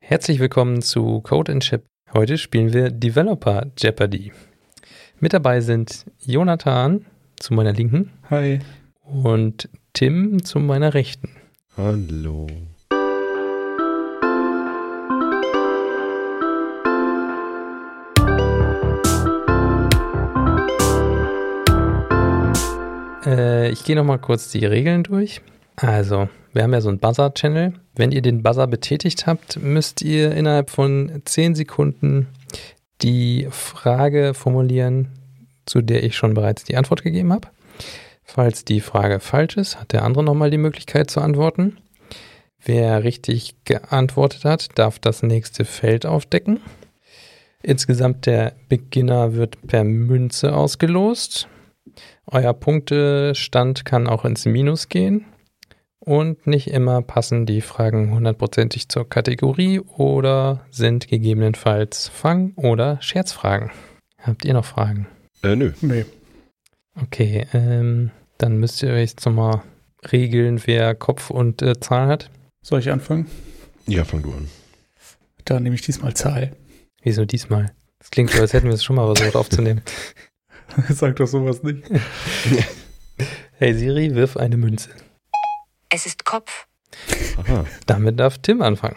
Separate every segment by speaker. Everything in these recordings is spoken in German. Speaker 1: Herzlich willkommen zu Code and Chip. Heute spielen wir Developer Jeopardy. Mit dabei sind Jonathan zu meiner Linken
Speaker 2: Hi.
Speaker 1: und Tim zu meiner Rechten.
Speaker 3: Hallo.
Speaker 1: Äh, ich gehe nochmal kurz die Regeln durch. Also, wir haben ja so einen Buzzer-Channel. Wenn ihr den Buzzer betätigt habt, müsst ihr innerhalb von 10 Sekunden die Frage formulieren, zu der ich schon bereits die Antwort gegeben habe. Falls die Frage falsch ist, hat der andere nochmal die Möglichkeit zu antworten. Wer richtig geantwortet hat, darf das nächste Feld aufdecken. Insgesamt der Beginner wird per Münze ausgelost. Euer Punktestand kann auch ins Minus gehen. Und nicht immer passen die Fragen hundertprozentig zur Kategorie oder sind gegebenenfalls Fang- oder Scherzfragen. Habt ihr noch Fragen?
Speaker 3: Äh, nö.
Speaker 2: Nee.
Speaker 1: Okay, ähm, dann müsst ihr euch jetzt nochmal regeln, wer Kopf und äh, Zahl hat.
Speaker 2: Soll ich anfangen?
Speaker 3: Ja, fang du an.
Speaker 2: Da nehme ich diesmal Zahl.
Speaker 1: Wieso diesmal? Das klingt so, als hätten wir es schon mal versucht aufzunehmen.
Speaker 2: Sag doch sowas nicht.
Speaker 1: Hey Siri, wirf eine Münze.
Speaker 4: Es ist Kopf.
Speaker 3: Aha.
Speaker 1: Damit darf Tim anfangen.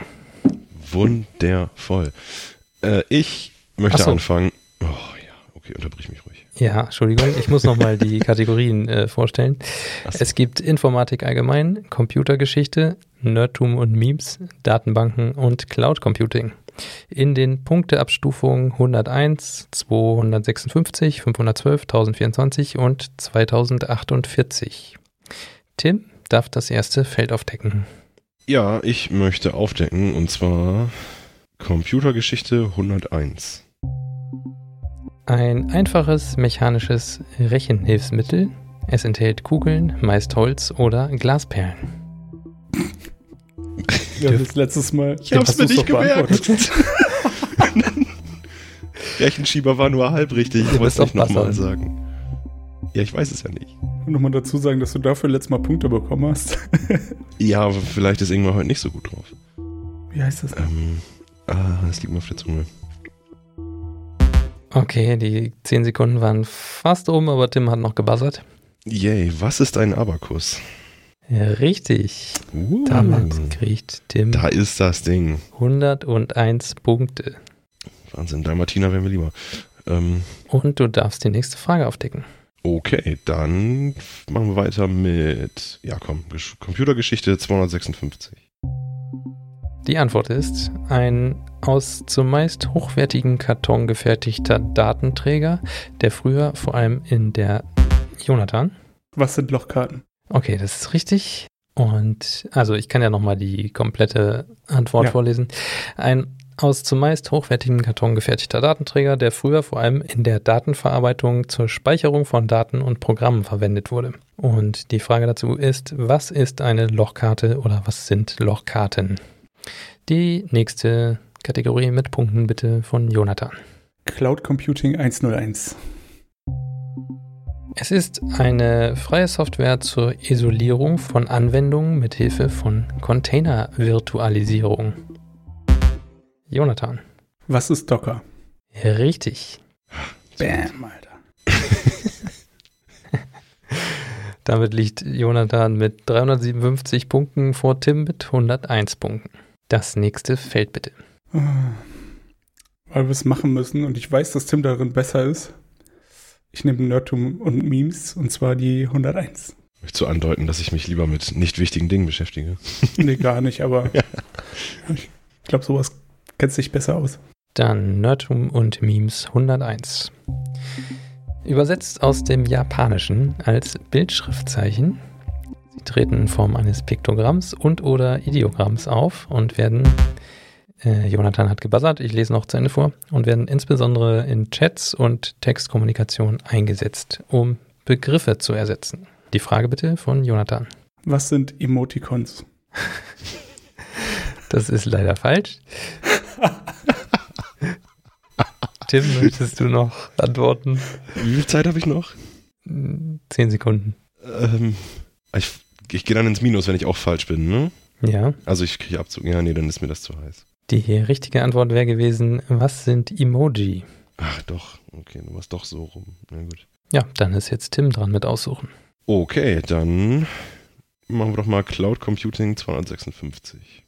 Speaker 3: Wundervoll. Äh, ich möchte
Speaker 1: Ach so.
Speaker 3: anfangen. Oh ja, okay, unterbrich mich ruhig.
Speaker 1: Ja, Entschuldigung, ich muss nochmal die Kategorien äh, vorstellen.
Speaker 3: Ach so.
Speaker 1: Es gibt Informatik allgemein, Computergeschichte, Nerdtum und Memes, Datenbanken und Cloud Computing. In den Punkteabstufungen 101, 256, 512, 1024 und 2048. Tim darf das erste Feld aufdecken.
Speaker 3: Ja, ich möchte aufdecken und zwar Computergeschichte 101.
Speaker 1: Ein einfaches mechanisches Rechenhilfsmittel. Es enthält Kugeln, meist Holz oder Glasperlen.
Speaker 2: Ja, das letztes Mal.
Speaker 3: Ich hab's mir nicht gemerkt. Rechenschieber war nur halb richtig. Ich wollte es
Speaker 1: bist
Speaker 3: nicht
Speaker 1: auf Wasser.
Speaker 3: nochmal sagen. Ja, ich weiß es ja nicht.
Speaker 2: Und nochmal dazu sagen, dass du dafür letztes Mal Punkte bekommen hast.
Speaker 3: Ja, aber vielleicht ist irgendwann heute nicht so gut drauf.
Speaker 2: Wie heißt das?
Speaker 3: Ähm, ah, es liegt mir auf der Zunge.
Speaker 1: Okay, die 10 Sekunden waren fast um, aber Tim hat noch gebuzzert.
Speaker 3: Yay, was ist ein Abakus?
Speaker 1: Richtig.
Speaker 3: Uh,
Speaker 1: Damit kriegt Tim
Speaker 3: da ist das Ding.
Speaker 1: 101 Punkte.
Speaker 3: Wahnsinn, Dalmatiner wären wir lieber. Ähm,
Speaker 1: Und du darfst die nächste Frage aufdecken.
Speaker 3: okay, dann machen wir weiter mit, ja komm, Gesch Computergeschichte 256.
Speaker 1: Die Antwort ist ein aus zumeist hochwertigen Karton gefertigter Datenträger, der früher vor allem in der Jonathan.
Speaker 2: Was sind Lochkarten?
Speaker 1: Okay, das ist richtig. Und also ich kann ja nochmal die komplette Antwort
Speaker 2: Ja.
Speaker 1: vorlesen. Ein aus zumeist hochwertigem Karton gefertigter Datenträger, der früher vor allem in der Datenverarbeitung zur Speicherung von Daten und Programmen verwendet wurde. Und die Frage dazu ist, was ist eine Lochkarte oder was sind Lochkarten? Die nächste Kategorie mit Punkten bitte von Jonathan.
Speaker 2: Cloud Computing 101.
Speaker 1: Es ist eine freie Software zur Isolierung von Anwendungen mit Hilfe von Container-Virtualisierung. Jonathan.
Speaker 2: Was ist Docker?
Speaker 1: Richtig.
Speaker 2: Bam, Alter.
Speaker 1: Damit liegt Jonathan mit 357 Punkten vor Tim mit 101 Punkten. Das nächste Feld bitte.
Speaker 2: Ah. Weil wir es machen müssen und ich weiß, dass Tim darin besser ist. Ich nehme Nerdtum und Memes und zwar die 101.
Speaker 3: Ich möchte zu andeuten, dass ich mich lieber mit nicht wichtigen Dingen beschäftige.
Speaker 2: Nee, gar nicht, aber ich glaube, sowas kennt sich besser aus.
Speaker 1: Dann Nerdtum und Memes 101. Übersetzt aus dem Japanischen als Bildschriftzeichen. Sie treten in Form eines Piktogramms und oder Ideogramms auf und werden, äh, Jonathan hat gebuzzert, ich lese noch zu Ende vor, und werden insbesondere in Chats und Textkommunikation eingesetzt, um Begriffe zu ersetzen. Die Frage bitte von Jonathan.
Speaker 2: Was sind Emoticons?
Speaker 1: Das ist leider falsch. Tim, möchtest du noch antworten?
Speaker 3: Wie viel Zeit habe ich noch?
Speaker 1: Zehn Sekunden.
Speaker 3: Ähm, ich ich gehe dann ins Minus, wenn ich auch falsch bin, ne?
Speaker 1: Ja,
Speaker 3: Also ich kriege Abzug. Ja, nee, dann ist mir das zu heiß.
Speaker 1: Die richtige Antwort wäre gewesen, was sind Emoji?
Speaker 3: Ach doch, okay, du warst doch so rum. Na gut.
Speaker 1: Ja, dann ist jetzt Tim dran mit aussuchen.
Speaker 3: Okay, dann machen wir doch mal Cloud Computing 256.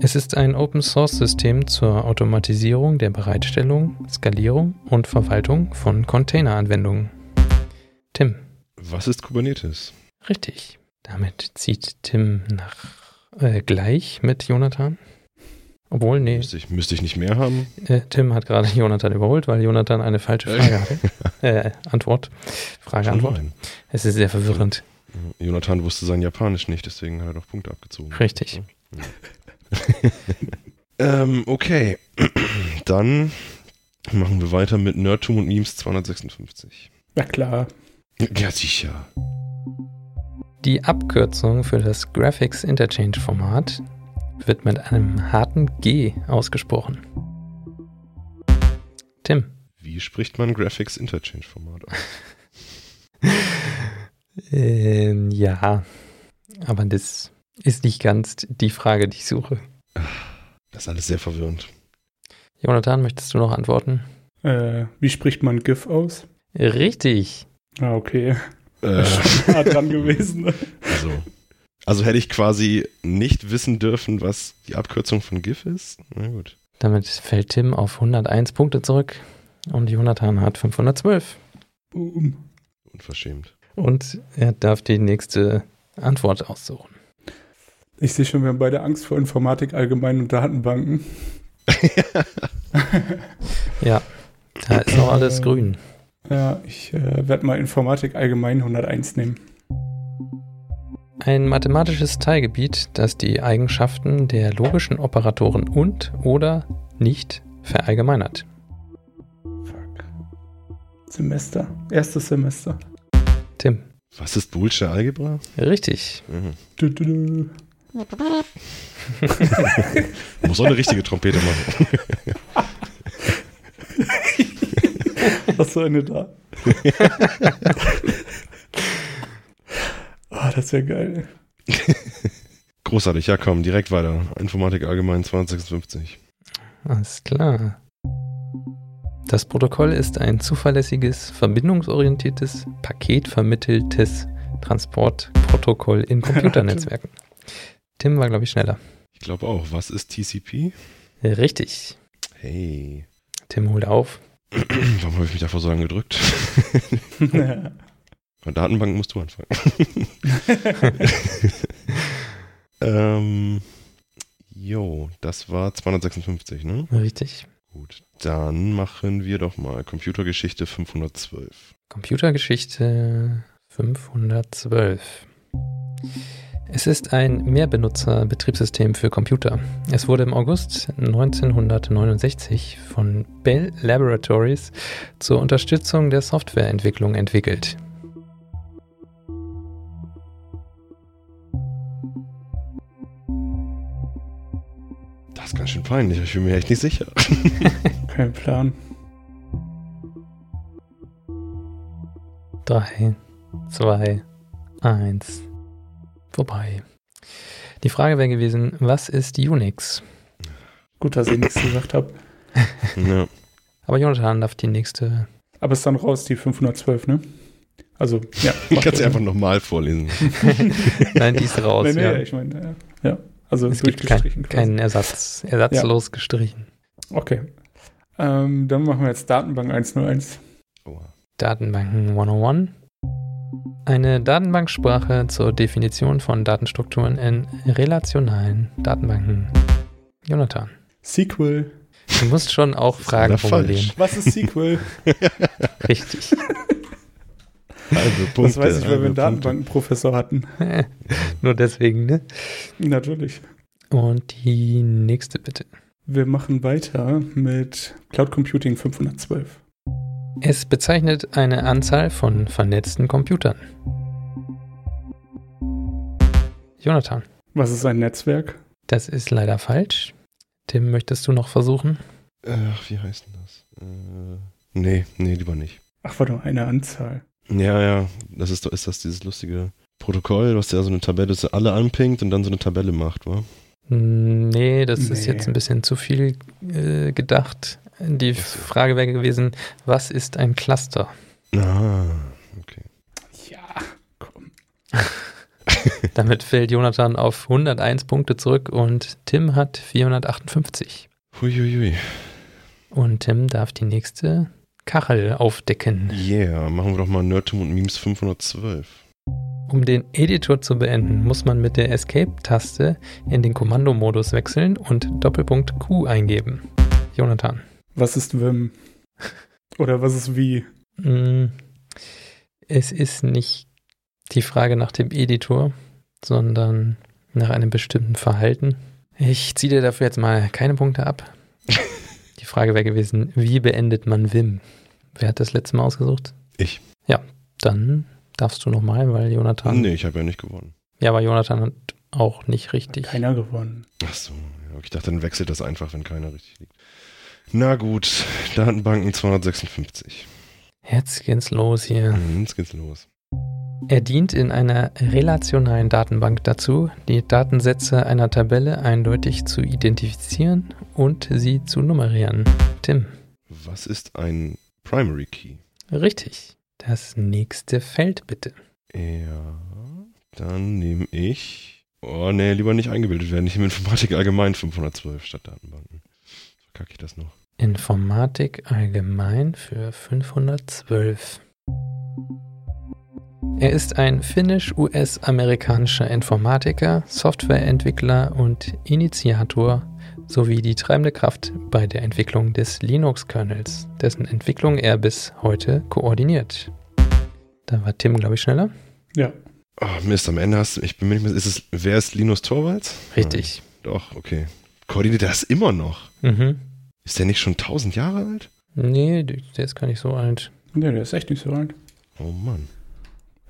Speaker 1: Es ist ein Open-Source-System zur Automatisierung der Bereitstellung, Skalierung und Verwaltung von Container-Anwendungen. Tim,
Speaker 3: Was ist Kubernetes?
Speaker 1: richtig. Damit zieht Tim nach äh, gleich mit Jonathan. Obwohl, nee,
Speaker 3: Müsste ich, müsste ich nicht mehr haben?
Speaker 1: äh, Tim hat gerade Jonathan überholt, weil Jonathan eine falsche Frage hatte. Äh, Antwort. Frage,
Speaker 3: Schon
Speaker 1: Antwort.
Speaker 3: nein.
Speaker 1: Es ist sehr verwirrend.
Speaker 3: Jonathan wusste sein Japanisch nicht, deswegen hat er doch Punkte abgezogen.
Speaker 1: Richtig.
Speaker 3: Ähm, okay. Dann machen wir weiter mit Nerdtum und Memes 256.
Speaker 2: Na klar.
Speaker 3: Ja, sicher.
Speaker 1: Die Abkürzung für das Graphics Interchange Format wird mit einem harten G ausgesprochen. Tim,
Speaker 3: Wie spricht man Graphics Interchange Format aus?
Speaker 1: ähm, ja, aber das ist nicht ganz die Frage, die ich suche.
Speaker 3: Das ist alles sehr verwirrend.
Speaker 1: Jonathan, möchtest du noch antworten?
Speaker 2: Äh, wie spricht man GIF aus?
Speaker 1: Richtig.
Speaker 2: Ah, okay.
Speaker 3: Äh,
Speaker 2: Ah, dran gewesen.
Speaker 3: also, also hätte ich quasi nicht wissen dürfen, was die Abkürzung von GIF ist? Na gut.
Speaker 1: Damit fällt Tim auf 101 Punkte zurück und Jonathan hat 512.
Speaker 2: Boom.
Speaker 3: Unverschämt.
Speaker 1: Und er darf die nächste Antwort aussuchen.
Speaker 2: Ich sehe schon, wir haben beide Angst vor Informatik allgemein und Datenbanken.
Speaker 1: Ja, da ist noch alles grün.
Speaker 2: Ja, ich äh, werde mal Informatik allgemein 101 nehmen.
Speaker 1: Ein mathematisches Teilgebiet, das die Eigenschaften der logischen Operatoren und oder nicht verallgemeinert.
Speaker 2: Fuck. Semester. Erstes Semester.
Speaker 1: Tim,
Speaker 3: Was ist Boolsche Algebra?
Speaker 1: richtig.
Speaker 3: Mhm.
Speaker 2: Du, du, du.
Speaker 3: Muss auch eine richtige Trompete machen.
Speaker 2: Hast du eine da? Ah, das wäre geil.
Speaker 3: Großartig, ja komm, direkt weiter. Informatik allgemein 256.
Speaker 1: Alles klar. Das Protokoll ist ein zuverlässiges, verbindungsorientiertes, paketvermitteltes Transportprotokoll in Computernetzwerken. Tim war, glaube ich, schneller.
Speaker 3: Ich glaube auch. Was ist TCP?
Speaker 1: Richtig.
Speaker 3: Hey.
Speaker 1: Tim holt auf.
Speaker 3: Warum habe ich mich da vor so lange gedrückt? Bei Datenbanken musst du anfangen. ähm, jo, das war 256, ne?
Speaker 1: Richtig.
Speaker 3: Gut, dann machen wir doch mal Computergeschichte 512.
Speaker 1: Computergeschichte 512. Es ist ein Mehrbenutzer-Betriebssystem für Computer. Es wurde im August 1969 von Bell Laboratories zur Unterstützung der Softwareentwicklung entwickelt.
Speaker 3: Das ist ganz schön peinlich, ich bin mir echt nicht sicher.
Speaker 2: Kein Plan.
Speaker 1: 3, 2, 1. Vorbei. Die Frage wäre gewesen, was ist Unix?
Speaker 2: Gut, dass ich nichts gesagt habe.
Speaker 3: ja.
Speaker 1: Aber Jonathan darf die nächste.
Speaker 2: Aber ist dann raus, die 512, ne? Also, ja.
Speaker 3: Ich kann es einfach nochmal vorlesen.
Speaker 1: Nein, die ist raus.
Speaker 2: nee, nee,
Speaker 1: ja.
Speaker 2: ich meine, ja. ja. Also
Speaker 1: Es gibt
Speaker 2: durchgestrichen.
Speaker 1: kein,
Speaker 2: quasi.
Speaker 1: keinen Ersatz. Ersatzlos gestrichen.
Speaker 2: Okay. Ähm, dann machen wir jetzt Datenbank 101.
Speaker 3: Aua.
Speaker 1: Datenbanken 101. Eine Datenbanksprache zur Definition von Datenstrukturen in relationalen Datenbanken. Jonathan,
Speaker 2: SQL.
Speaker 1: du musst schon auch
Speaker 3: ist
Speaker 1: Fragen
Speaker 3: leider falsch.
Speaker 1: formulieren.
Speaker 2: Was ist SQL?
Speaker 1: Richtig.
Speaker 3: Halbe Also Punkte.
Speaker 2: das weiß ich, weil wir einen
Speaker 3: halbe Punkte.
Speaker 2: Datenbankenprofessor hatten.
Speaker 1: Nur deswegen, ne?
Speaker 2: Natürlich.
Speaker 1: Und die nächste bitte.
Speaker 2: Wir machen weiter mit Cloud Computing 512.
Speaker 1: Es bezeichnet eine Anzahl von vernetzten Computern. Jonathan,
Speaker 2: Was ist ein Netzwerk?
Speaker 1: das ist leider falsch. Tim, möchtest du noch versuchen?
Speaker 3: Ach, wie heißt denn das? Äh, nee, nee, lieber nicht.
Speaker 2: Ach, warte mal, eine Anzahl.
Speaker 3: Ja, ja, das ist doch, ist das dieses lustige Protokoll, was ja so eine Tabelle, dass er alle anpinkt und dann so eine Tabelle macht, wa?
Speaker 1: Hm, Nee, das ist
Speaker 2: Nee.
Speaker 1: jetzt ein bisschen zu viel äh, gedacht. Die Frage wäre gewesen, was ist ein Cluster?
Speaker 3: Ah, okay.
Speaker 2: Ja, komm.
Speaker 1: Damit fällt Jonathan auf 101 Punkte zurück und Tim hat 458.
Speaker 3: Huiuiui.
Speaker 1: Und Tim darf die nächste Kachel aufdecken.
Speaker 3: Yeah, machen wir doch mal Nerdtum und Memes 512.
Speaker 1: Um den Editor zu beenden, muss man mit der Escape-Taste in den Kommandomodus wechseln und Doppelpunkt Q eingeben. Jonathan.
Speaker 2: Was ist Wim? Oder was ist wie?
Speaker 1: Mm, Es ist nicht die Frage nach dem Editor, sondern nach einem bestimmten Verhalten. Ich ziehe dir dafür jetzt mal keine Punkte ab. Die Frage wäre gewesen, wie beendet man Wim? Wer hat das letzte Mal ausgesucht?
Speaker 3: Ich.
Speaker 1: Ja, dann darfst du nochmal, weil Jonathan.
Speaker 3: Nee, ich habe ja nicht gewonnen.
Speaker 1: Ja, aber Jonathan hat auch nicht richtig.
Speaker 2: Keiner gewonnen.
Speaker 3: Ach so, ja, ich dachte, dann wechselt das einfach, wenn keiner richtig liegt. Na gut, Datenbanken 256.
Speaker 1: Jetzt geht's los hier.
Speaker 3: Mhm, Jetzt geht's los.
Speaker 1: Er dient in einer relationalen Datenbank dazu, die Datensätze einer Tabelle eindeutig zu identifizieren und sie zu nummerieren. Tim,
Speaker 3: Was ist ein Primary Key?
Speaker 1: richtig. Das nächste Feld bitte.
Speaker 3: Ja, dann nehme ich. Oh, nee, lieber nicht eingebildet werden. Ich nehme Informatik allgemein 512 statt Datenbanken. Verkacke ich das noch.
Speaker 1: Informatik allgemein für 512. Er ist ein finnisch-US-amerikanischer Informatiker, Softwareentwickler und Initiator sowie die treibende Kraft bei der Entwicklung des Linux-Kernels, dessen Entwicklung er bis heute koordiniert. Da war Tim, glaube ich, schneller.
Speaker 2: Ja.
Speaker 3: Ah, Mist, am Ende hast du. Ich bin mir nicht mehr. Ist es, wer ist Linus Torvalds?
Speaker 1: Richtig.
Speaker 3: Nein, doch, okay. Koordiniert er das immer noch?
Speaker 1: Mhm.
Speaker 3: Ist der nicht schon 1000 Jahre alt?
Speaker 1: Nee, der der ist gar nicht so alt.
Speaker 2: Nee, der ist echt nicht so alt.
Speaker 3: Oh Mann.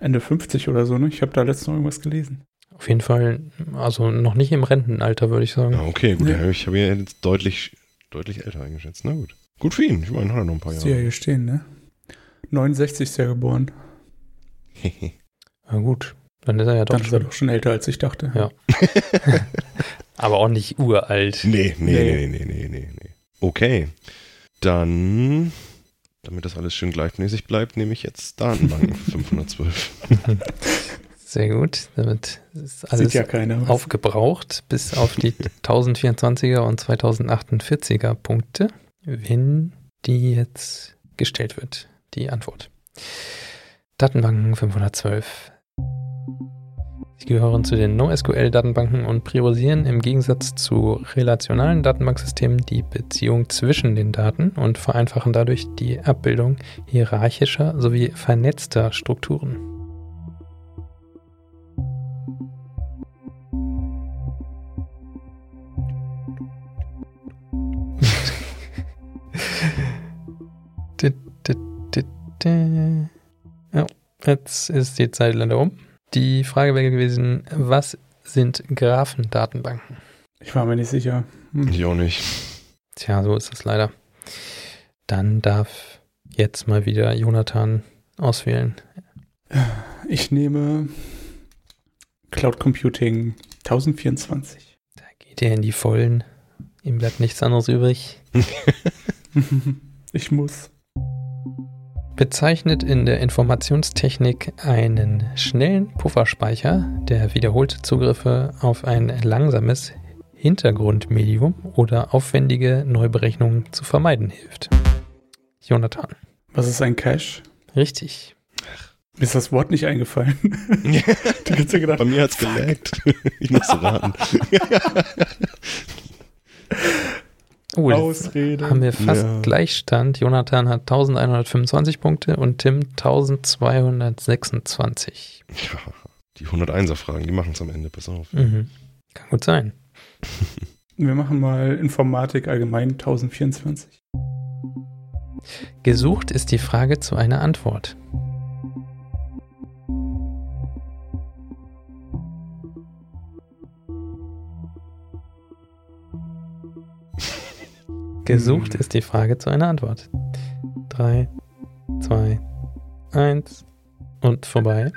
Speaker 2: Ende 50 oder so, ne? Ich habe da letztens noch irgendwas gelesen.
Speaker 1: Auf jeden Fall, also noch nicht im Rentenalter, würde ich sagen.
Speaker 3: Ah, okay, gut.
Speaker 2: Nee.
Speaker 3: ja, Ich habe ihn jetzt deutlich, deutlich älter eingeschätzt. Na gut. Gut für ihn. Ich meine, hat er noch
Speaker 1: Oh
Speaker 3: ein paar
Speaker 2: Ja. Sie ja
Speaker 3: Jahre.
Speaker 2: hier stehen, ne? 69 ist er geboren.
Speaker 1: Na gut, dann ist er ja doch
Speaker 2: Dann ist er
Speaker 1: schon
Speaker 2: doch schon älter, als ich dachte.
Speaker 1: Ja. Aber auch nicht uralt.
Speaker 3: Nee, nee, nee,
Speaker 2: Nee.
Speaker 3: nee, nee, nee, nee. Okay. Dann, damit das alles schön gleichmäßig bleibt, nehme ich jetzt Datenbanken für 512.
Speaker 1: Sehr gut. Damit Also ist
Speaker 2: Sieht
Speaker 1: alles
Speaker 2: ja keiner. was-
Speaker 1: aufgebraucht, bis auf die 1024er und 2048er Punkte, wenn die jetzt gestellt wird, die Antwort. Datenbanken 512. Sie gehören zu den NoSQL-Datenbanken und priorisieren im Gegensatz zu relationalen Datenbanksystemen die Beziehung zwischen den Daten und vereinfachen dadurch die Abbildung hierarchischer sowie vernetzter Strukturen. Dit, dit, dit, dä. Ja, jetzt ist die Zeit leider um. Die Frage wäre gewesen, was sind Graphendatenbanken?
Speaker 2: Ich war mir nicht sicher. Hm.
Speaker 3: ich auch nicht.
Speaker 1: Tja, so ist es leider. Dann darf jetzt mal wieder Jonathan auswählen.
Speaker 2: Ich nehme Cloud Computing 1024.
Speaker 1: Da geht er in die Vollen. Ihm bleibt nichts anderes übrig.
Speaker 2: ich muss.
Speaker 1: bezeichnet in der Informationstechnik einen schnellen Pufferspeicher, der wiederholte Zugriffe auf ein langsames Hintergrundmedium oder aufwendige Neuberechnungen zu vermeiden hilft. Jonathan.
Speaker 2: Was ist ein Cache?
Speaker 1: Richtig.
Speaker 2: Mir ist das Wort nicht eingefallen. Du hast ja gedacht,
Speaker 3: Bei mir hat's gelaggt. Ich musste raten.
Speaker 1: Oh, jetzt haben
Speaker 2: Ausrede.
Speaker 1: wir fast
Speaker 3: Ja.
Speaker 1: Gleichstand. Jonathan hat 1125 Punkte und Tim 1226.
Speaker 3: Ja, die 101er-Fragen, die machen's am Ende. Pass auf.
Speaker 1: Mhm. Kann gut sein.
Speaker 2: Wir machen mal Informatik allgemein 1024.
Speaker 1: Gesucht ist die Frage zu einer Antwort. Gesucht
Speaker 2: Hm.
Speaker 1: ist die Frage zu einer Antwort. Drei, zwei, eins und vorbei.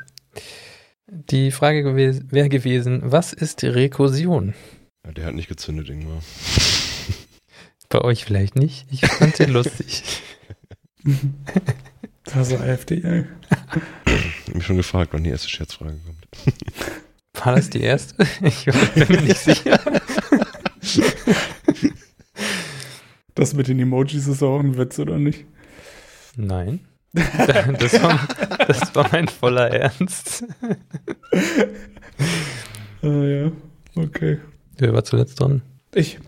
Speaker 1: Die Frage gewe wäre gewesen, was ist Rekursion?
Speaker 3: Ja, der hat nicht gezündet, Ingmar.
Speaker 1: Bei euch vielleicht nicht. Ich fand den lustig.
Speaker 2: Das ist AfD, ey.
Speaker 3: Ich hab mich schon gefragt, wann die erste Scherzfrage kommt.
Speaker 1: War das die erste? Ich bin mir nicht sicher.
Speaker 2: Das mit den Emojis ist auch ein Witz, oder nicht?
Speaker 1: Nein. Das war, das war mein voller Ernst.
Speaker 2: Ah, ja. Okay.
Speaker 1: Wer war zuletzt dran?
Speaker 2: Ich.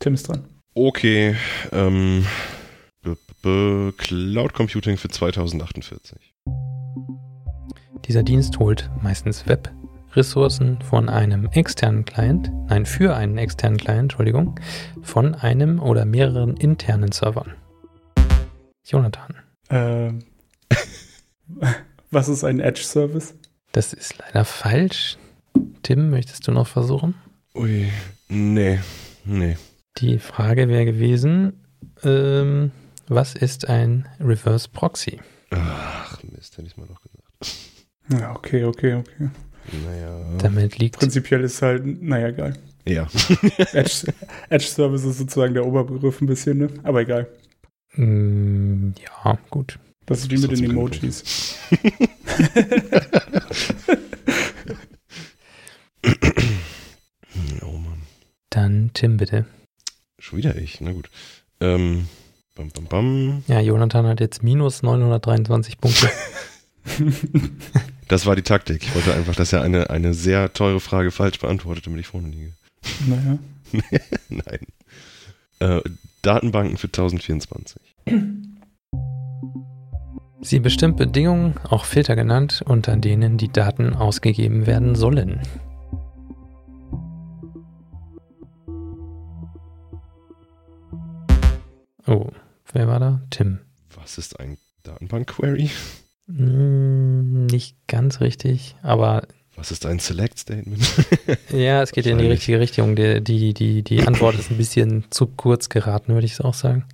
Speaker 2: Tim ist dran.
Speaker 3: Okay, ähm, b -b -b Cloud Computing für 2048.
Speaker 1: Dieser Dienst holt meistens Web-Ressourcen von einem externen Client, nein, für einen externen Client, Entschuldigung, von einem oder mehreren internen Servern. Jonathan,
Speaker 2: Ähm, was ist ein Edge-Service?
Speaker 1: das ist leider falsch. Tim, möchtest du noch versuchen?
Speaker 3: Ui, nee, nee.
Speaker 1: Die Frage wäre gewesen, ähm, was ist ein Reverse Proxy?
Speaker 3: Ach, Mist, hätte ich mal noch gesagt.
Speaker 2: Ja, okay, okay, okay.
Speaker 3: Naja.
Speaker 1: Damit liegt
Speaker 2: Prinzipiell ist halt, naja, egal.
Speaker 3: ja.
Speaker 2: Edge- Edge-Service ist sozusagen der Oberbegriff ein bisschen, ne? Aber egal.
Speaker 1: Mm, ja, gut.
Speaker 2: Das ist wie mit den Emojis.
Speaker 3: oh Mann.
Speaker 1: Dann Tim bitte.
Speaker 3: Schon wieder ich, na gut. Ähm, bam, bam, bam.
Speaker 1: Ja, Jonathan hat jetzt minus 923 Punkte.
Speaker 3: Das war die Taktik. Ich wollte einfach, dass er eine, eine sehr teure Frage falsch beantwortet, damit ich vorne liege.
Speaker 2: naja.
Speaker 3: Nein. Äh, Datenbanken für 1024.
Speaker 1: Sie bestimmt Bedingungen, auch Filter genannt, unter denen die Daten ausgegeben werden sollen. Oh, wer war da? Tim.
Speaker 3: Was ist ein Datenbank-Query?
Speaker 1: Mm, nicht ganz richtig, aber
Speaker 3: Was ist ein Select-Statement?
Speaker 1: ja, es geht in die
Speaker 3: Wahrscheinlich.
Speaker 1: richtige Richtung. Die, die, die, die Antwort ist ein bisschen zu kurz geraten, würde ich auch sagen.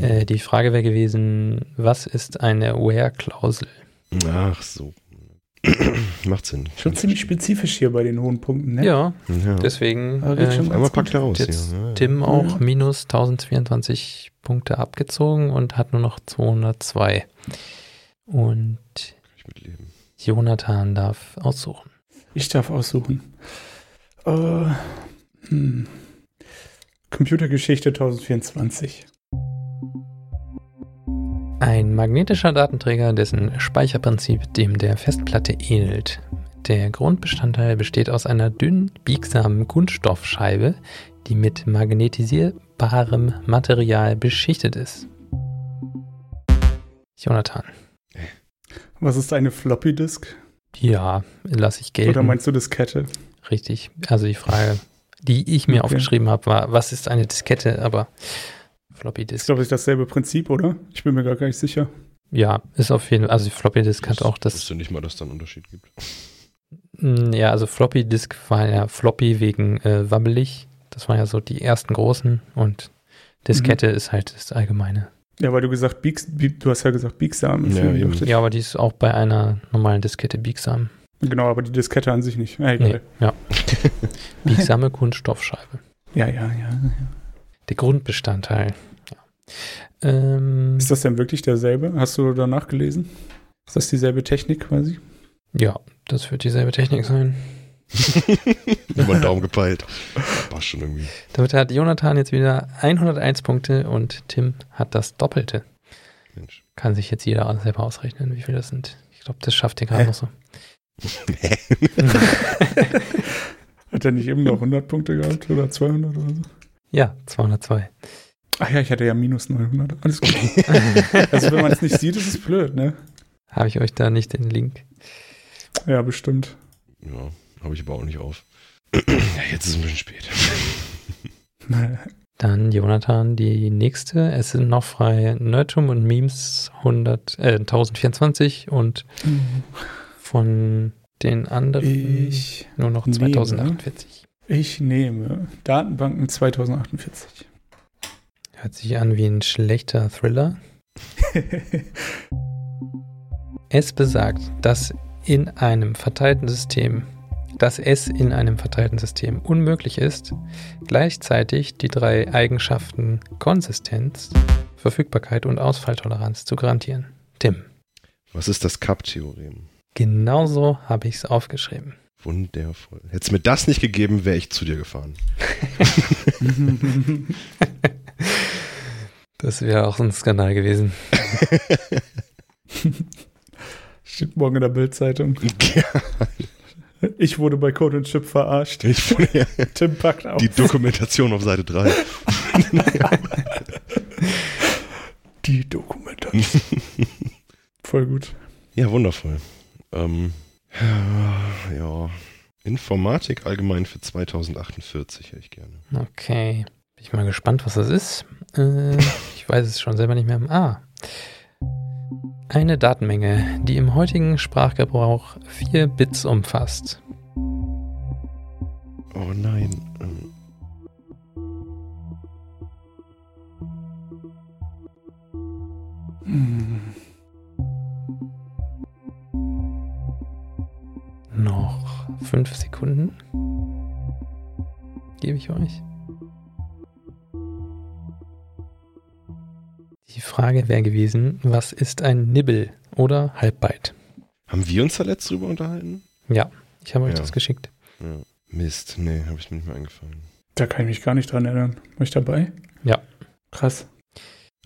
Speaker 1: Äh, die Frage wäre gewesen, was ist eine Where-Klausel?
Speaker 3: Ach so. Macht Sinn.
Speaker 2: Schon ziemlich spezifisch hier bei den hohen Punkten, ne?
Speaker 1: Ja,
Speaker 3: Ja.
Speaker 1: deswegen
Speaker 2: Aber geht
Speaker 1: äh,
Speaker 2: schon
Speaker 3: Einmal
Speaker 2: ganz
Speaker 3: packt
Speaker 2: gut.
Speaker 3: er ne? aus.
Speaker 1: jetzt
Speaker 3: ja, ja.
Speaker 1: Tim auch
Speaker 2: Ja.
Speaker 1: minus 1024 Punkte abgezogen und hat nur noch 202. Und
Speaker 3: Kann ich mitleben.
Speaker 1: Jonathan darf aussuchen.
Speaker 2: Ich darf aussuchen. Äh, hm. Computergeschichte 1024.
Speaker 1: Ein magnetischer Datenträger, dessen Speicherprinzip dem der Festplatte ähnelt. Der Grundbestandteil besteht aus einer dünn biegsamen Kunststoffscheibe, die mit magnetisierbarem Material beschichtet ist. Jonathan.
Speaker 2: Was ist eine Floppy Disk?
Speaker 1: Ja, lasse ich gelten.
Speaker 2: Oder meinst du Diskette?
Speaker 1: Richtig. Also die Frage, die ich mir
Speaker 2: Okay.
Speaker 1: aufgeschrieben habe, war, was ist eine Diskette? Aber Floppy
Speaker 2: Ist,
Speaker 1: Disk.
Speaker 2: glaube ich, dasselbe Prinzip, oder? Ich bin mir gar nicht sicher.
Speaker 1: Ja, ist auf jeden Fall. Also die Floppy Disk hat auch
Speaker 3: Ich
Speaker 1: das.
Speaker 3: wusste nicht mal, dass da einen Unterschied gibt.
Speaker 1: Mm, Ja, also Floppy Disk war ja floppy wegen äh, wabbelig. Das waren ja so die ersten großen. Und Diskette
Speaker 2: Mhm.
Speaker 1: ist halt das Allgemeine.
Speaker 2: Ja, weil du gesagt biegs, bieg, du hast ja gesagt biegsam.
Speaker 3: Ja,
Speaker 2: Deswegen
Speaker 3: eben.
Speaker 2: dachte ich-
Speaker 1: Ja, aber die ist auch bei einer normalen Diskette biegsam.
Speaker 2: Genau, aber die Diskette an sich nicht. Ja,
Speaker 1: Nee,
Speaker 2: egal.
Speaker 1: ja. Biegsame Kunststoffscheibe.
Speaker 2: ja, ja, ja.
Speaker 1: Der Grundbestandteil. Ja. Ähm,
Speaker 2: Ist das denn wirklich derselbe? Hast du danach gelesen? Ist das dieselbe Technik quasi?
Speaker 1: ja, das wird dieselbe Technik sein.
Speaker 3: Über den Daumen gepeilt. War schon irgendwie.
Speaker 1: Damit hat Jonathan jetzt wieder 101 Punkte und Tim hat das Doppelte.
Speaker 3: Mensch.
Speaker 1: Kann sich jetzt jeder selber ausrechnen, wie viel das sind. Ich glaube, das schafft den gerade
Speaker 2: Hä?
Speaker 1: noch so.
Speaker 2: Hat er nicht eben noch 100 Punkte gehabt oder 200 oder so?
Speaker 1: Ja, 202.
Speaker 2: Ach ja, ich hatte ja minus 900. Alles gut. also wenn man es nicht sieht, ist es blöd, ne?
Speaker 1: Habe ich euch da nicht den Link?
Speaker 2: Ja, bestimmt.
Speaker 3: Ja, habe ich aber auch nicht auf. Ja, jetzt ist es ein bisschen spät.
Speaker 1: Dann Jonathan, die nächste. Es sind noch frei Nerdtum und Memes 100, äh, 1024 und von den anderen
Speaker 2: Ich,
Speaker 1: nur noch
Speaker 2: nehme-
Speaker 1: 2048.
Speaker 2: ich nehme Datenbanken 2048.
Speaker 1: Hört sich an wie ein schlechter Thriller. Es besagt, dass in einem verteilten System dass es in einem verteilten System unmöglich ist, gleichzeitig die drei Eigenschaften Konsistenz, Verfügbarkeit und Ausfalltoleranz zu garantieren. Tim,
Speaker 3: Was ist das Cup-Theorem?
Speaker 1: genauso habe ich es aufgeschrieben.
Speaker 3: Wundervoll. Hättest mir das nicht gegeben, wäre ich zu dir gefahren.
Speaker 1: Das wäre auch ein Skandal gewesen.
Speaker 2: Steht morgen in der Bildzeitung. Ich wurde bei Code and Chip verarscht.
Speaker 3: Ich fand ja
Speaker 2: Tim packt auf.
Speaker 3: die Dokumentation auf Seite 3.
Speaker 2: die Dokumentation. Voll gut.
Speaker 3: Ja, wundervoll. Ähm, ja, Informatik allgemein für 2048 hätte ich gerne.
Speaker 1: Okay. Bin ich mal gespannt, was das ist. Äh, ich weiß es schon selber nicht mehr. Ah. Eine Datenmenge, die im heutigen Sprachgebrauch 4 Bits umfasst.
Speaker 3: Oh nein. Ähm,
Speaker 1: Noch 5 Sekunden. Gebe ich euch. Die Frage wäre gewesen, was ist ein Nibble oder Halbbyte?
Speaker 3: Haben wir uns da letzt drüber unterhalten?
Speaker 1: Ich habe euch
Speaker 3: Ja.
Speaker 1: das geschickt.
Speaker 3: Ja. Mist, nee, habe ich mir nicht mehr eingefallen.
Speaker 2: Da kann ich mich gar nicht dran erinnern. War ich dabei?
Speaker 1: Ja.
Speaker 2: Krass.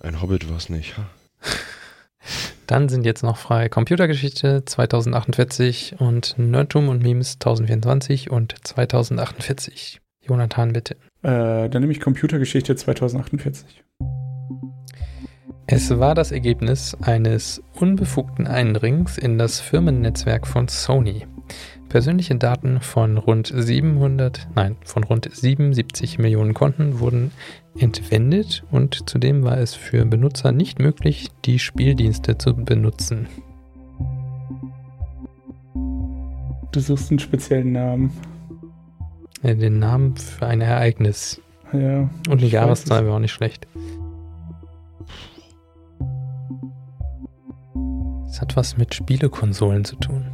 Speaker 3: Ein Hobbit war es nicht. Ha.
Speaker 1: Dann sind jetzt noch frei Computergeschichte 2048 und Nerdtum und Memes 1024 und 2048. Jonathan, bitte.
Speaker 2: Äh, dann nehme ich Computergeschichte 2048.
Speaker 1: Es war das Ergebnis eines unbefugten Eindringens in das Firmennetzwerk von Sony. Persönliche Daten von rund 700, nein, von rund 77 Millionen Konten wurden entwendet und zudem war es für Benutzer nicht möglich, die Spieldienste zu benutzen.
Speaker 2: Du suchst einen speziellen Namen.
Speaker 1: Äh, Den Namen für ein Ereignis
Speaker 2: Ja.
Speaker 1: Und eine
Speaker 2: Ich weiß
Speaker 1: Jahreszahl wäre auch nicht schlecht. Es hat was mit Spielekonsolen zu tun.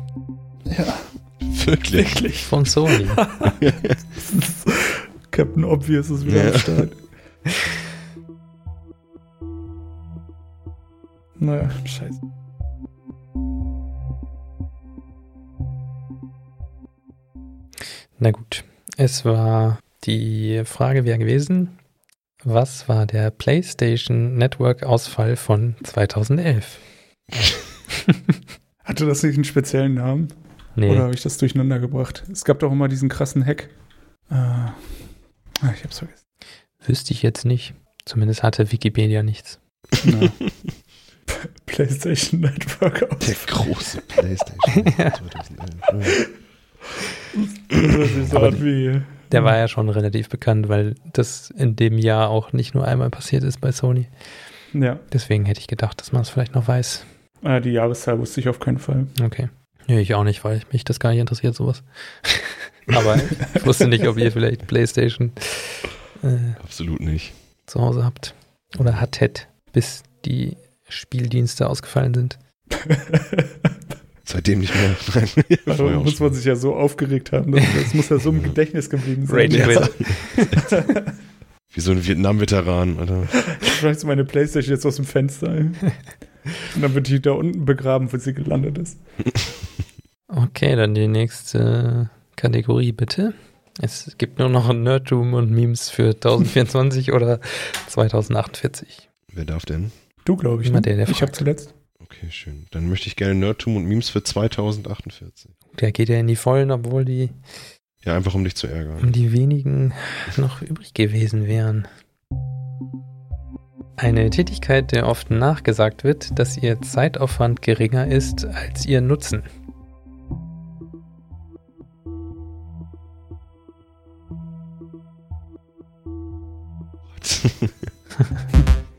Speaker 3: Wirklich?
Speaker 1: Von Sony.
Speaker 2: Captain Obvious ist wieder
Speaker 3: Ja.
Speaker 2: am Start. Naja, scheiße.
Speaker 1: Na gut. Es war die Frage wäre gewesen, was war der PlayStation Network Ausfall von 2011?
Speaker 2: Hatte das nicht einen speziellen Namen?
Speaker 1: Nee,
Speaker 2: Oder habe ich das durcheinander gebracht? Es gab doch immer diesen krassen Hack. Äh, ah, ich hab's vergessen.
Speaker 1: wüsste ich jetzt nicht. Zumindest hatte Wikipedia nichts.
Speaker 2: Na. P- PlayStation Network
Speaker 3: Der
Speaker 2: aus.
Speaker 3: große Playstation 2011.
Speaker 2: Das ist so
Speaker 1: Aber
Speaker 2: an wie.
Speaker 1: Der war ja schon relativ bekannt, weil das in dem Jahr auch nicht nur einmal passiert ist bei Sony.
Speaker 2: Ja.
Speaker 1: Deswegen hätte ich gedacht, dass man es vielleicht noch weiß.
Speaker 2: Ah, die Jahreszahl wusste ich auf keinen Fall.
Speaker 1: Okay. Nee, ich auch nicht, weil ich mich das gar nicht interessiert, sowas. Aber ich wusste nicht, ob ihr vielleicht Playstation äh,
Speaker 3: Absolut nicht.
Speaker 1: zu Hause habt oder hattet, bis die Spieldienste ausgefallen sind.
Speaker 3: Seitdem nicht mehr. Nein,
Speaker 2: Also
Speaker 3: vorher auch
Speaker 2: muss man
Speaker 3: schon.
Speaker 2: sich ja so aufgeregt haben. Das, das muss ja so im Gedächtnis geblieben sein.
Speaker 1: Rage
Speaker 2: Ja.
Speaker 3: Wie so ein Vietnam-Veteran, Alter.
Speaker 2: Ich schmeiß meine Playstation jetzt aus dem Fenster. Und dann wird die da unten begraben, wo sie gelandet ist.
Speaker 1: Okay, dann die nächste Kategorie, bitte. Es gibt nur noch Nerdtum und Memes für 1024 oder 2048.
Speaker 3: Wer darf denn?
Speaker 2: Du, glaube ich.
Speaker 1: Immer
Speaker 2: Ne?
Speaker 1: der, der
Speaker 2: ich habe
Speaker 1: fragt.
Speaker 2: zuletzt.
Speaker 3: Okay, schön. Dann möchte ich gerne Nerdtum und Memes für 2048.
Speaker 1: Der geht ja in die Vollen, obwohl die,
Speaker 3: Ja, einfach um dich zu ärgern.
Speaker 2: Mhm.
Speaker 1: um die wenigen noch übrig gewesen wären. Eine Tätigkeit, der oft nachgesagt wird, dass ihr Zeitaufwand geringer ist als ihr Nutzen.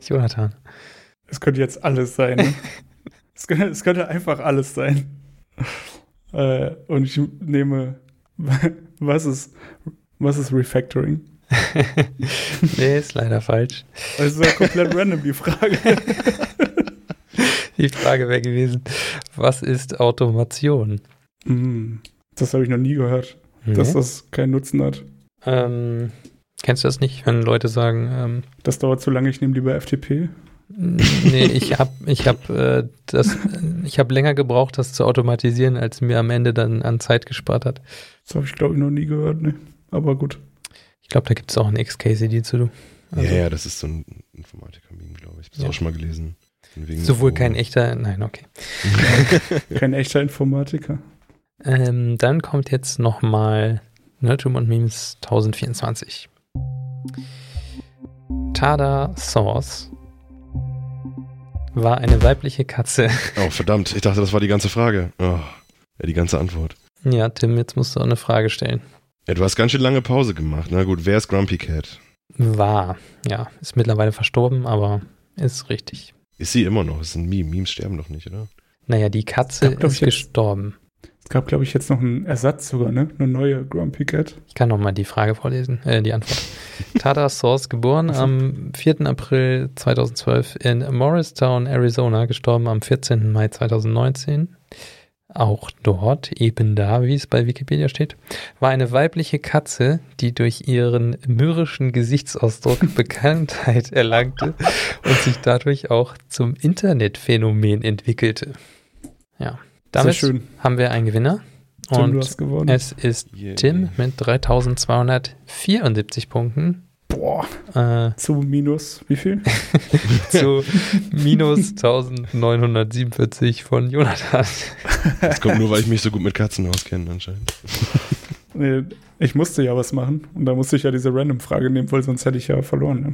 Speaker 1: Jonathan.
Speaker 2: Es könnte jetzt alles sein. Ne? es, könnte, es könnte einfach alles sein. Äh, und ich nehme, was ist, was ist Refactoring?
Speaker 1: nee, ist leider falsch.
Speaker 2: Also ist ja komplett random die Frage.
Speaker 1: Die Frage wäre gewesen, was ist Automation? Mhm.
Speaker 2: Hm, das habe ich noch nie gehört. dass das keinen Nutzen hat.
Speaker 1: ähm, kennst du das nicht, wenn Leute sagen, ähm,
Speaker 2: Das dauert zu lange, ich nehme lieber FTP.
Speaker 1: Nee, ich habe ich hab, äh, das, ich hab länger gebraucht, das zu automatisieren, als mir am Ende dann an Zeit gespart hat.
Speaker 2: Das habe ich, glaube ich, noch nie gehört. Ne? Aber gut.
Speaker 1: Ich glaube, da gibt es auch einen XKCD zu. du. Also,
Speaker 3: ja, ja, das ist so ein Informatiker-Meme, glaube ich. Hast du
Speaker 1: Ja.
Speaker 3: auch schon mal gelesen. Von wegen
Speaker 1: Also Sowohl
Speaker 3: so-
Speaker 1: kein echter, nein, okay.
Speaker 2: Kein echter Informatiker.
Speaker 1: Ähm, dann kommt jetzt nochmal Nerdtum und Memes 1024. Tada Source war eine weibliche Katze.
Speaker 3: Oh, verdammt. Ich dachte, das war die ganze Frage. Oh, ja, die ganze Antwort.
Speaker 1: Ja, Tim, jetzt musst du auch eine Frage stellen.
Speaker 3: Ja, du hast ganz schön lange Pause gemacht. Na gut, wer ist Grumpy Cat?
Speaker 1: War, ja, ist mittlerweile verstorben, aber ist richtig.
Speaker 3: Ist sie immer noch? Ist ein Meme. Memes sterben doch nicht, oder?
Speaker 1: Naja, die Katze
Speaker 2: Ja, glaub
Speaker 1: ist
Speaker 2: ich jetzt.
Speaker 1: gestorben.
Speaker 2: Es gab, glaube ich, jetzt noch einen Ersatz sogar, ne? Eine neue Grumpy Cat.
Speaker 1: Ich kann nochmal die Frage vorlesen, äh, die Antwort. Tada Source, geboren
Speaker 2: Mhm.
Speaker 1: am 4. April 2012 in Morristown, Arizona, gestorben am 14. Mai 2019. Auch dort, eben da, wie es bei Wikipedia steht, war eine weibliche Katze, die durch ihren mürrischen Gesichtsausdruck Bekanntheit erlangte und sich dadurch auch zum Internetphänomen entwickelte. Ja, damit
Speaker 2: Sehr schön.
Speaker 1: haben wir einen Gewinner.
Speaker 2: Tim, du
Speaker 1: Und
Speaker 2: hast gewonnen.
Speaker 1: es ist
Speaker 3: Yeah.
Speaker 1: Tim mit 3274 Punkten
Speaker 2: Boah,
Speaker 1: äh,
Speaker 2: zu minus wie viel?
Speaker 1: zu minus 1947 von Jonathan.
Speaker 3: Das kommt nur, weil ich mich so gut mit Katzen auskenne anscheinend.
Speaker 2: Nee, ich musste ja was machen. Und da musste ich ja diese Random-Frage nehmen, weil sonst hätte ich ja verloren. Ne?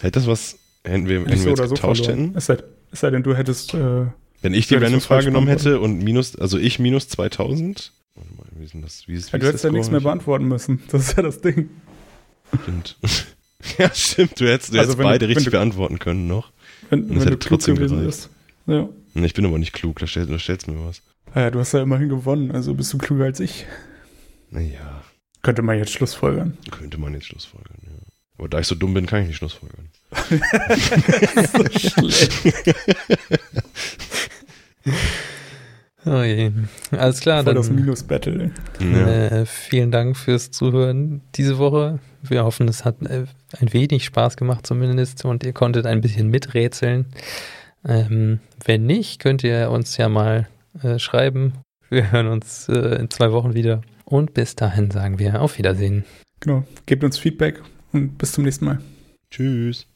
Speaker 3: Hätte das was, hätten wir, hätten wir jetzt getauscht hätten?
Speaker 2: Es sei, es sei denn, du hättest. Äh,
Speaker 3: Wenn ich die
Speaker 2: Ja, das muss
Speaker 3: Random-Frage
Speaker 2: falsch
Speaker 3: genommen hätte und minus, also ich minus 2000? Warte mal, wie ist denn das? Wie ist,
Speaker 2: ja,
Speaker 3: wie ist
Speaker 2: du hättest
Speaker 3: der
Speaker 2: ja nichts
Speaker 3: Score?
Speaker 2: mehr beantworten müssen. Das ist ja das Ding.
Speaker 3: Stimmt. ja, stimmt. Du hättest, du
Speaker 2: Also
Speaker 3: hättest
Speaker 2: wenn du-
Speaker 3: beide
Speaker 2: wenn
Speaker 3: richtig
Speaker 2: du-
Speaker 3: beantworten können noch.
Speaker 2: Wenn,
Speaker 3: Das
Speaker 2: wenn
Speaker 3: hätte
Speaker 2: du klug
Speaker 3: trotzdem
Speaker 2: gewesen bist.
Speaker 3: gereicht.
Speaker 2: Ja.
Speaker 3: Nee, Ich bin aber nicht klug, da stellst, da stellst du mir was.
Speaker 2: Ah ja, du hast ja immerhin gewonnen, also bist du klüger als ich.
Speaker 3: Naja,
Speaker 2: Könnte man jetzt Schlussfolgern.
Speaker 3: könnte man jetzt schlussfolgern, ja. Aber da ich so dumm bin, kann ich nicht schlussfolgern.
Speaker 2: so schlecht.
Speaker 1: Oh je. Alles klar,
Speaker 2: Voll das
Speaker 1: dann
Speaker 2: Minus-Battle. ey.
Speaker 3: Ja.
Speaker 1: äh, vielen Dank fürs Zuhören diese Woche. Wir hoffen, es hat äh, ein wenig Spaß gemacht zumindest und ihr konntet ein bisschen miträtseln. Ähm, wenn nicht, könnt ihr uns ja mal äh, schreiben. Wir hören uns äh, in zwei Wochen wieder. Und bis dahin sagen wir auf Wiedersehen.
Speaker 2: Genau. Gebt uns Feedback und bis zum nächsten Mal.
Speaker 3: Tschüss.